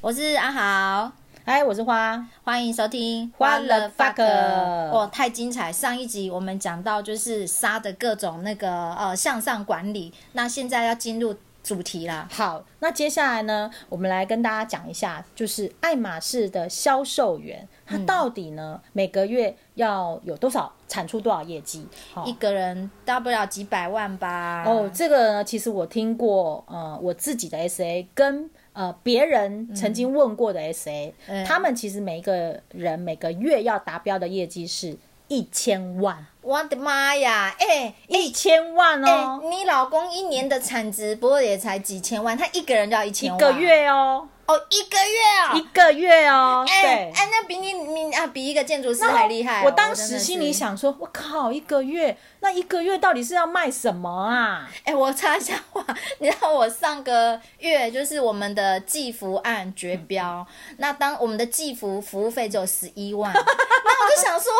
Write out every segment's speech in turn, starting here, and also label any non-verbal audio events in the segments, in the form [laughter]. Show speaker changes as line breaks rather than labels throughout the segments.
我是阿豪，
嗨，哎我是花。
欢迎收听
What the fuck？
哦，太精彩！上一集我们讲到就是沙的各种那个呃向上管理，那现在要进入主题啦。
好，那接下来呢，我们来跟大家讲一下，就是爱马仕的销售员，他
嗯
到底呢、每个月要有多少产出多少业绩？好
一个人大不了几百万吧。
哦，，这个呢，其实我听过，呃，我自己的 SA 跟呃别人曾经问过的 SA，、
嗯
他们其实每一个人每个月要达标的业绩是一千万，
我的妈呀！哎、
一千万
哎、
哦，
你老公一年的产值不过也才几千万，他一个人就要一千
一
万，
个月哦，
哦，一个月哦，
一个月哦，
哎
对。
哎，那比你你啊，比一个建筑师
然后
还厉害哦。
我当
真的
时
是
心里，想说，我靠，一个月，那一个月到底是要卖什么啊？
哎，我插一下话，你知道我上个月就是我们的寄服案绝
嗯
标，那当我们的寄服服务费只有十一万， [laughs] 那我就想说，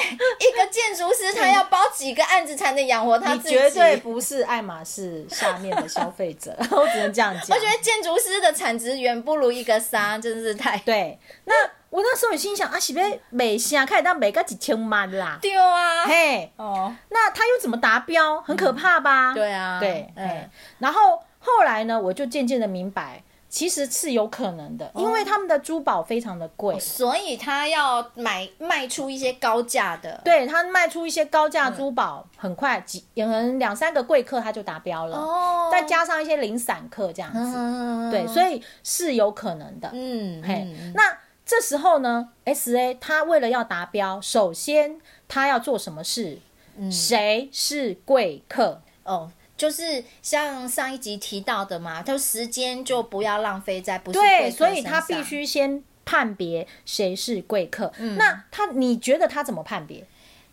哎，一个建筑师他要包几个案子才能养活 [laughs] 他
你
自己？
绝对不是爱马仕下面的消费者， [laughs] 我只能这样讲
我。觉得建筑师的产值远不如一个沙，真是太
对，那我那时候也心想啊，是不是美虾开到每个几千万啦？
丢啊！
嘿，
哦，
那他又怎么达标？很可怕吧？
对啊，
对，
嗯
哎，，然后后来呢，我就渐渐的明白，其实是有可能的，
哦
因为他们的珠宝非常的贵，
所以他要买卖出一些高价的，
对他卖出一些高价
嗯
珠宝，很快几可能两三个贵客他就达标了，
哦，
再加上一些零散客这样子，
嗯，
对，所以是有可能的。
嗯，
嘿，
嗯
那这时候呢，S A 他为了要达标，首先他要做什么事？
嗯
谁是贵客？
哦，就是像上一集提到的嘛，就时间就不要浪费在不是
对，
贵客
所以他
身上嗯
必须先判别谁是贵客。那他你觉得他怎么判别？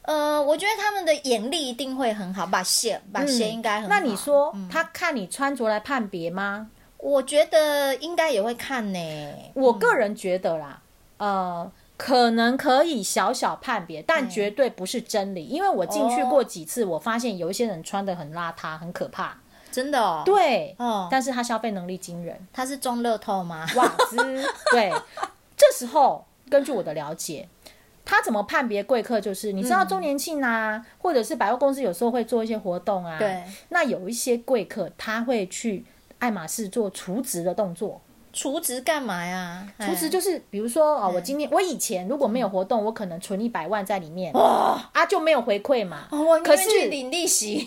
呃，我觉得他们的眼力一定会很好，把鞋把鞋应该很好。
嗯
嗯
那你，说、他看你穿着来判别吗？
我觉得应该也会看呢、嗯
我个人觉得啦，呃，可能可以小小判别，
嗯
但绝对不是真理，因为我进去过几次，我发现有一些人穿的很邋遢，很可怕。
真的哦。，
对，
哦，
但是他消费能力惊
[laughs]
人，
他是中乐透吗？
哇资对。这时候，根据我的了解。他怎么判别贵客？就是你
嗯
知道周年庆啊，或者是百货公司有时候会做一些活动啊。
对，
那有一些贵客他会去爱马仕做除值的动作。
储值干嘛呀？哎
除值
就
就是，比如说哦，我
嗯
今天我以前如果没有活动，我可能存一百万在里面，啊就没有回馈嘛。
哦，我宁
可
愿
是
去领利息。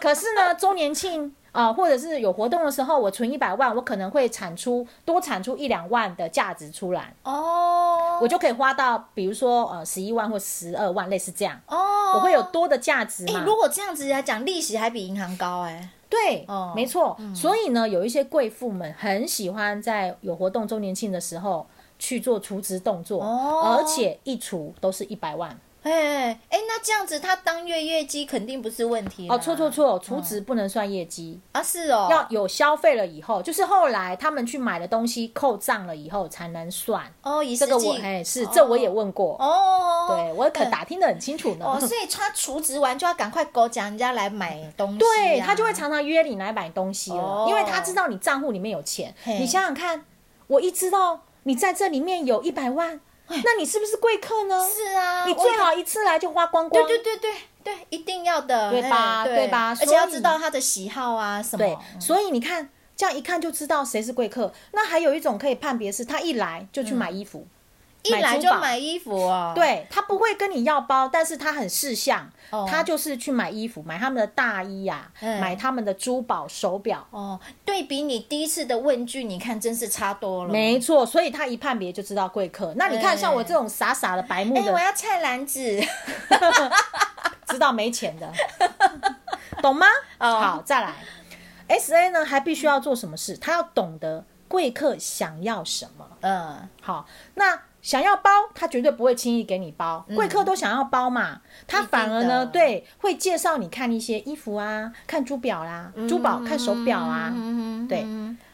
可是呢，周年庆啊、或者是有活动的时候，我存一百万，我可能会产出多产出一两万的价值出来，
哦，
我就可以花到，比如说呃十一万或十二万，类似这样，
哦，
我会有多的价值
哎、
嘛
如？果这样子来讲，利息还比银行高哎、
对
哦，
没错。所以呢，有一些贵妇们很喜欢在有活动周年庆的时候去做除值动作，
哦
而且一除都是一百万。
哎哎，那这样子他当月月绩肯定不是问题啦
哦，错错错，除值不能算业绩，
啊，是嗯哦，
要有消费了以后，就是后来他们去买的东西扣账了以后才能算。
哦，以
这个
实际
我哎是，这我也问过，
哦，
对我可打听的很清楚呢 [laughs]
哦，。所以他除职完就要赶快狗讲人家来买东西、啊，
对他就会常常约你来买东西
哦
了，因为他知道你账户里面有钱。
嘿
你想想看，我一知道你在这里面有一百万，那你是不是贵客呢？
是啊，
你
我
最好一次来就花光光
对。对对对对，一定要的，
对吧
哎对
对吧
而且
所以
要知道他的喜好啊什么，
对，所以你看，这样一看就知道谁是贵客。那还有一种可以判别是，他一来就
嗯
去买衣服，
一来
珠
就
宝
买衣服哦，，
对他不会跟你要包，但是他很识相，
哦
他就是去买衣服，买他们的大衣呀、
嗯
买他们的珠宝、手表。
哦，对比你第一次的问句，你看真是差多了，
没错，所以他一判别就知道贵客。那你看，
对
像我这种傻傻的白目
哎、我
的，
要菜篮子，
知道没钱
[laughs]
的，懂吗？
哦
好，再来。S A 呢，还必须要做什么事？他要懂得贵客想要什么。
嗯，
好，那想要包，他绝对不会轻易给你包，贵客都想要包嘛，他反而
嗯一定的
呢，对，会介绍你看一些衣服啊，看珠表啦、珠宝看手表啊，
嗯
对，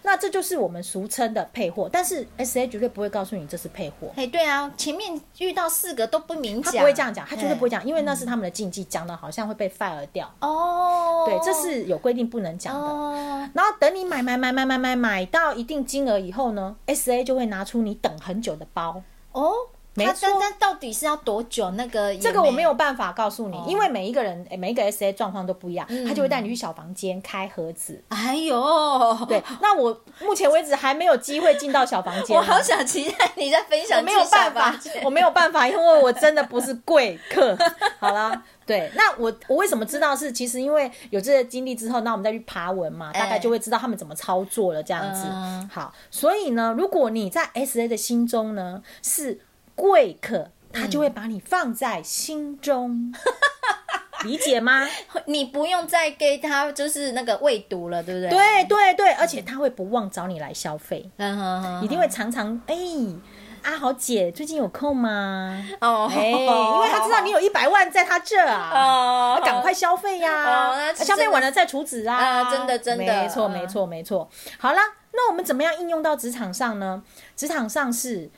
那这就是我们俗称的配货，但是 S A 绝对不会告诉你这是配货。
哎，对啊，前面遇到四个都不明
他
讲，
不会这样讲，他绝对不会
讲。
讲，因为那是他们的禁忌，讲的好像会被 fire
嗯
掉。
哦，
对，这是有规定不能讲的。
哦，
然后等你买买买买买买买到一定金额以后呢，S A 就会拿出你等很久的包。
哦，
没
他
错
但但到底是要多久？那个也
这个我没有办法告诉你，
哦嗯
因为每一个人每一个 S A 状况都不一样，他就会带你去小房间开盒子。
哎呦，
对，，那我目前为止还没有机会进到小房间。
[laughs]
啊
我好想期待你在分享
我
自
没
己
有
小
办
房间，
法，我没有办法，因为我真的不是贵
[laughs]
客。好啦，对，那我我为什么知道是？其实因为有这些经历之后，那我们再去爬文嘛，
哎
大概就会知道他们怎么操作了这样子。
嗯
好，所以呢，如果你在 S A 的心中呢是贵客，他就
嗯
会把你放在心
[laughs]
中，理解吗？
你不用再给他就是那个喂毒了，对不对？
对对对，而且他会不忘找你来消费，
嗯，哼哼
一定会常常哎。阿豪姐最近有空吗？
哦，
哎、因为他知道你有一百万在他这
[laughs]
啊，
哦，
赶快消费呀、
哦那是
消费完了再处置啊，
啊真的真的
没错
嗯
没错没错。好啦，那我们怎么样应用到职场上呢？职场上是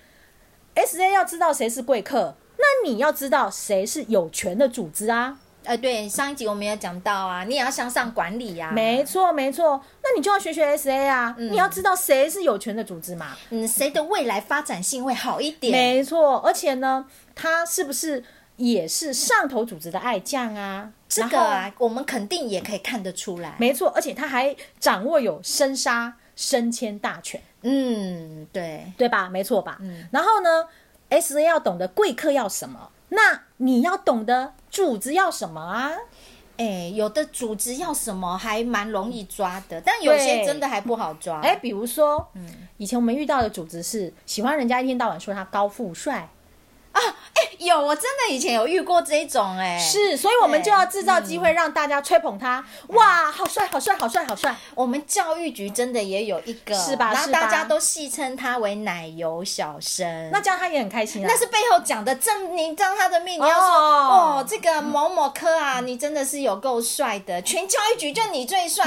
S A 要知道谁是贵客，那你要知道谁是有权的组织啊，
呃，对，上一集我们也讲到啊，你也要向上管理呀、啊。
没错没错，那你就要学学 S A 啊，你要知道谁是有权的组织嘛，
嗯，谁的未来发展性会好一点？
没错，而且呢，他是不是也是上头组织的爱将啊？
这个
然后
啊，我们肯定也可以看得出来。
没错，而且他还掌握有生杀升迁大权，
嗯，对，
对吧？没错吧？
嗯
然后呢，S A 要懂得贵客要什么，那你要懂得主子要什么啊？
哎，有的组织要什么还蛮容易抓的，但有些
对
真的还不好抓。
哎，，比如说，
嗯
以前我们遇到的主子是喜欢人家一天到晚说他高富帅，
有，我真的以前有遇过这种、哎，
是，所以我们就要制
嗯
造机会让大家吹捧他，哇，好帅，好帅，好帅，好帅。
我们教育局真的也有一个，
是吧
然后
是吧
大家都戏称他为奶油小生。
那这样他也很开心啊。
那是背后讲的证明，让他的命。你要说
哦
哦这个某某科啊，你真的是有够帅的，全教育局就你最
[laughs]
帅，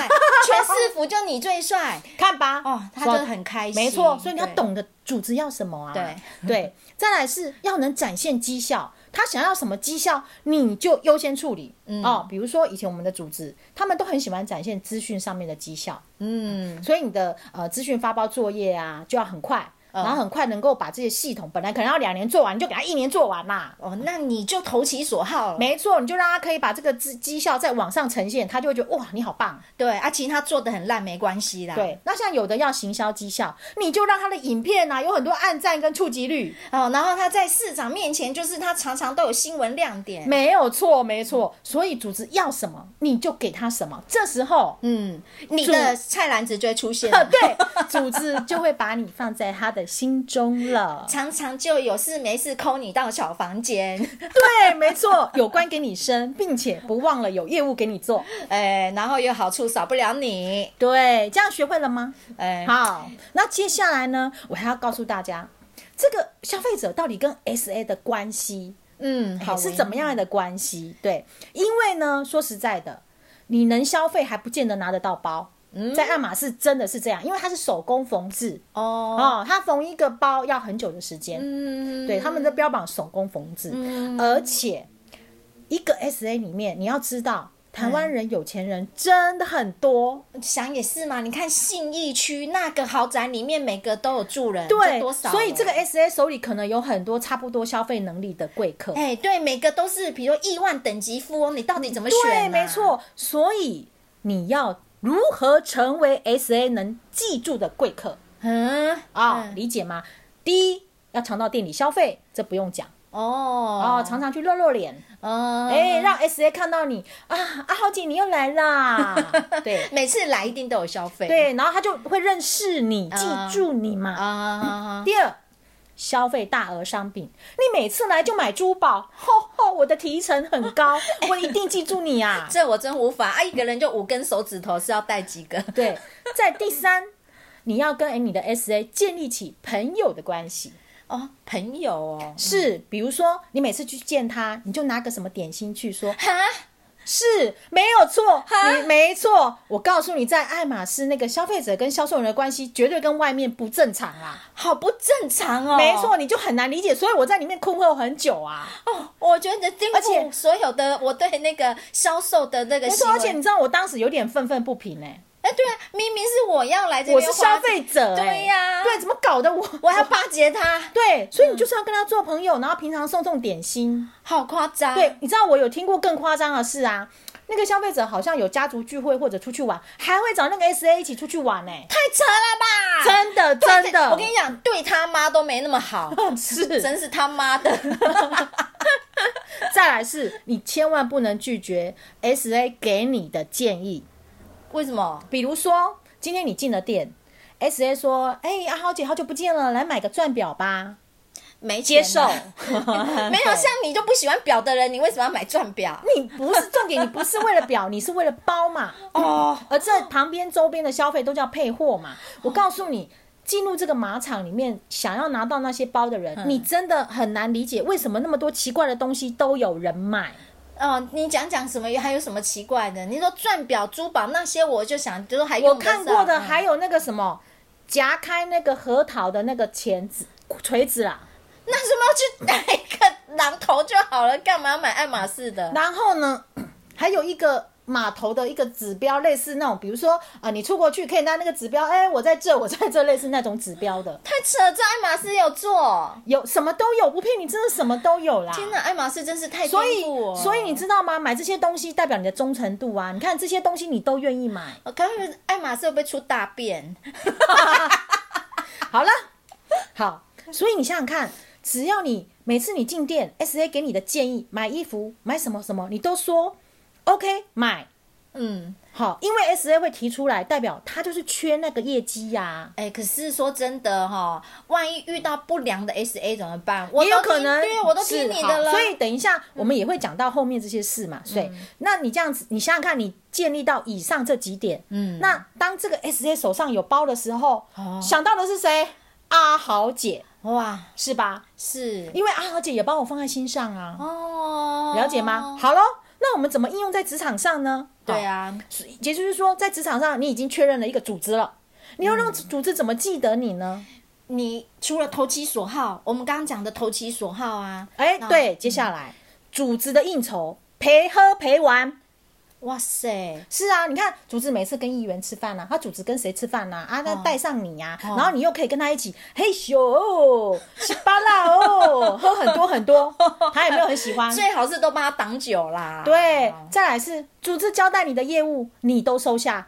全市府就你最帅。
看吧，
哦，他
说
就很开心。
没错，所以你要
对。
懂得组织要什么啊？
对
[laughs] 对，再来是要能展现绩效，他想要什么绩效，你就优先处理、
嗯
哦。比如说以前我们的组织，他们都很喜欢展现资讯上面的绩效，
嗯，
所以你的呃资讯发包作业啊就要很快，
嗯
然后很快能够把这些系统本来可能要两年做完，你就给他一年做完啦。
哦，那你就投其所好了。
没错，你就让他可以把这个绩绩效在网上呈现，他就会觉得哇，你好棒。
对啊，其实他做的很烂没关系啦。，
对，那像有的要行销绩效，你就让他的影片啊有很多暗赞跟触及率，
哦，然后他在市场面前，就是他常常都有新闻亮点。
没有错，没错。所以组织要什么，你就给他什么。这时候，
嗯，你的菜篮子就会出现
[laughs]
了。。
呃，对，组织就会把你放在他的心中了
常常就有事没事抠你到小房间， [laughs]
对，没错，有关给你升，并且不忘了有业务给你做。
哎，然后有好处少不了你，
对，这样学会了吗？
哎，
好，那接下来呢，我还要告诉大家，这个消费者到底跟 SA 的关系
嗯，
好
好
是怎么样的关系？对，因为呢，说实在的，你能消费还不见得拿得到包。
嗯
在爱马仕真的是这样，因为它是手工缝制
哦，
哦，它缝一个包要很久的时间。
嗯，
对，他们的标榜手工缝制，而且一个 S A 里面，你要知道，台
嗯
湾人有钱人真的很多，
想也是嘛，你看信义区那个豪宅里面每个都有住人，这
对
多，少？哎
所以这个。S A 手里可能有很多差不多消费能力的贵客。
哎、对，每个都是，比如亿万等级富翁，你到底怎么选、啊
对，没。错，所以你要如何成为 S A 能记住的贵客
嗯，
啊、
嗯
理解吗？第一，要常到店里消费，这不用讲哦，
哦，
常常去露露脸，
哦，
哎、让 S A 看到你啊，阿豪姐你又来
[laughs]
啦，对
每次来一定都有消费。
对，然后他就会认识你，记
啊
住你嘛。
啊，
第二，消费大额商品，你每次来就买珠宝，吼吼，我的提成很
[laughs]
高，
哎
我一定记住你啊。
这我真无法啊！一个人就五根手指头，是要带几个？
对，在第三，你要跟你的 S A 建立起朋友的关系。
哦，朋友哦，
是，比如说你每次去见他，你就拿个什么点心去说，
哈，
是没有错，你没错。我告诉你，在爱马仕那个消费者跟销售人的关系，绝对跟外面不正常啦。
好不正常哦。
没错，你就很难理解，所以我在里面困惑很久啊。
哦，我觉得丁
而且
布所有的我对那个销售的那个
没
行
错，
为，
而且你知道我当时有点愤愤不平哎、
哎，对啊，明明是我要来这
我
边
是
花
消费者、欸，
对呀
对，怎么搞的我？
我还嗯要巴结他，
对，所以你就是要跟他做朋友，然后平常送送点心。
好夸张。
对，你知道我有听过更夸张的事啊，那个消费者好像有家族聚会或者出去玩，还会找那个 S A 一起出去玩呢、
太扯了吧！
真的真的，
啊我跟你讲，对他妈都没那么好，
讲 [laughs] 是。
真是他妈的。
再来是你千万不能拒绝 S A 给你的建议，
为什么？
比如说今天你进了店，S A 说：“哎、阿豪姐，好久不见了，来买个钻表吧。
没”
接
接 [laughs]
受，[laughs]
没有像你就不喜欢表的人，你为什么要买钻
[laughs]
表？
你不是重点，你不是为了表，你是为了包嘛。
哦，
而这旁边周边的消费都叫配货嘛。我告诉你，进入这个马场里面，想要拿到那些包的人，
嗯
你真的很难理解为什么那么多奇怪的东西都有人买。
哦，你讲讲什么？还有什么奇怪的？你说钻表、珠宝那些，我就想，就是还
我
用得上
看过的
嗯
还有那个什么，夹开那个核桃的那个钳子、锤子啊啦。
那什么要去打一个榔头就好了，干嘛要买爱马仕
[laughs]
的？
然后呢， [clears throat] 还有一个码头的一个指标，类似那种，比如说啊、呃你出国去可以拿那个指标，哎、我在这，我在这，类似那种指标的。
太扯！这爱马仕有做，
有什么都有，不骗你，真的什么都有啦。
天哪，爱马仕真是太哦
所以
颠覆我，
所以你知道吗？买这些东西代表你的忠诚度啊！你看这些东西你都愿意
[laughs]
买。
我刚刚以为哦爱马仕会不会出大便？
好了，好，所以你想想看，只要你每次你进店，S A 给你的建议，买衣服、买什么什么，你都说 OK 买。
嗯，
好，因为 S A 会提出来，代表他就是缺那个业绩呀、
哎、可是说真的哈、万一遇到不良的 SA 怎么办？我
也有
都听
可能，
对，啊我都
是
听你
好
的了。嗯
所以等一下我们也会讲到后面这些事嘛。所以，那你这样子，你想想看，你建立到以上这几点，
嗯，
那当这个 S A 手上有包的时候，
哦
想到的是谁？阿豪姐
哇，
是吧？
是
因为阿豪姐也把我放在心上啊，
哦，
了解吗？？好喽，那我们怎么应用在职场上呢？
对
啊，
啊，
所以也就是说，在职场上你已经确认了一个组织了，你要让
嗯
组织怎么记得你呢？
你除了投其所好，我们刚刚讲的投其所好啊，
哎、
那
对，接下来组织的应酬。陪喝陪玩
哇塞，
是啊，你看组织每次跟议员吃饭啊，他组织跟谁吃饭啊？啊，那
哦
带上你呀、然后你又可以跟他一起嘿咻哦，西巴拉哦，喝很多很多，他也没有很喜欢。
最好是都帮他挡酒啦。
啊对，再来是组织交代你的业务，你都收下，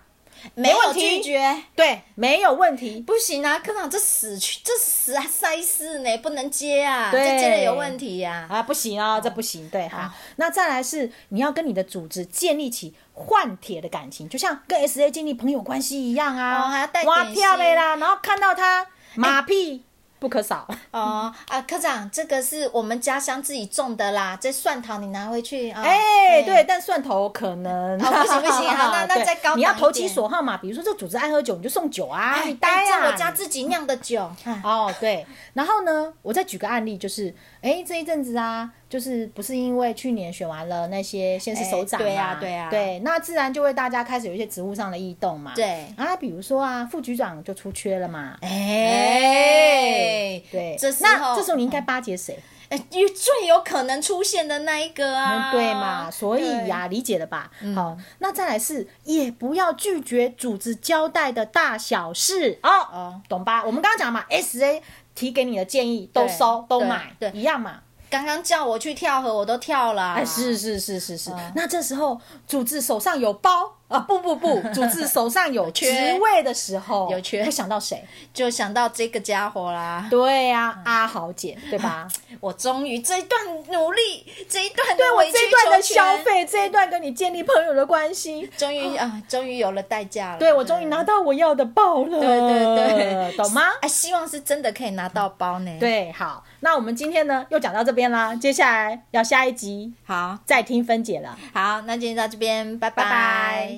没有
问题
拒绝。
对，没有问题。
不行啊，科长，这死去这死啊塞事呢，不能接啊，
对
这接了有问题呀、
啊，不行啊，这不行，对哈。那再来是你要跟你的组织建立起换铁的感情，就像跟 S A 建立朋友关系一样啊，
哦还要带
哇
点心
漂亮啦，然后看到他马屁、不可少，
哦啊，科长，这个是我们家乡自己种的啦，这蒜头你拿回去啊。
哎、对，，但蒜头可能、
哦不行不
[laughs]
行好那那
对
再高档
你要
一
投其
点
所好嘛，比如说这组织爱喝酒，你就送酒啊，
哎
你，
带
待啊，
着我家自己酿的酒。啊
哦，对，然后呢，我再举个案例，就是，哎，这一阵子啊，就是不是因为去年选完了那些县市首长、
哎对
啊
啊，对啊
对，那自然就会大家开始有一些职务上的异动嘛，
对
啊，比如说啊，副局长就出缺了嘛，
哎，
对，
这时
那
候
这时候你应该巴结谁？
哎，因为最有可能出现的那一个啊，
嗯，对嗯嘛，所以呀、理解了吧？好，那再来是也不要拒绝组织交代的大小事哦，
哦
懂吧？我们刚刚讲嘛，S A 提给你的建议都
对
收都
对
买，
对
一样嘛。
对，刚刚叫我去跳河，我都跳了、啊
哎，是是是是是。那这时候，组织手上有包啊，不不 [laughs] 不，组织手上有职
缺
位的时候，
有缺
会想到谁？嗯
就想到这个家伙啦。
对呀、阿豪姐，对吧？
我终于这一段努力，这一段
对
的
我
委曲
这一段的
求
消
全，
费，这一段跟你建立朋友的关系，
终于啊，终于有了代价了。
对我终于拿到我要的报了，
对对对
懂吗？
哎，希望是真的可以拿到包呢。，
对，好，那我们今天呢又讲到这边啦，接下来要下一集
好，
再听分解了。
好，那今天到这边，拜
拜拜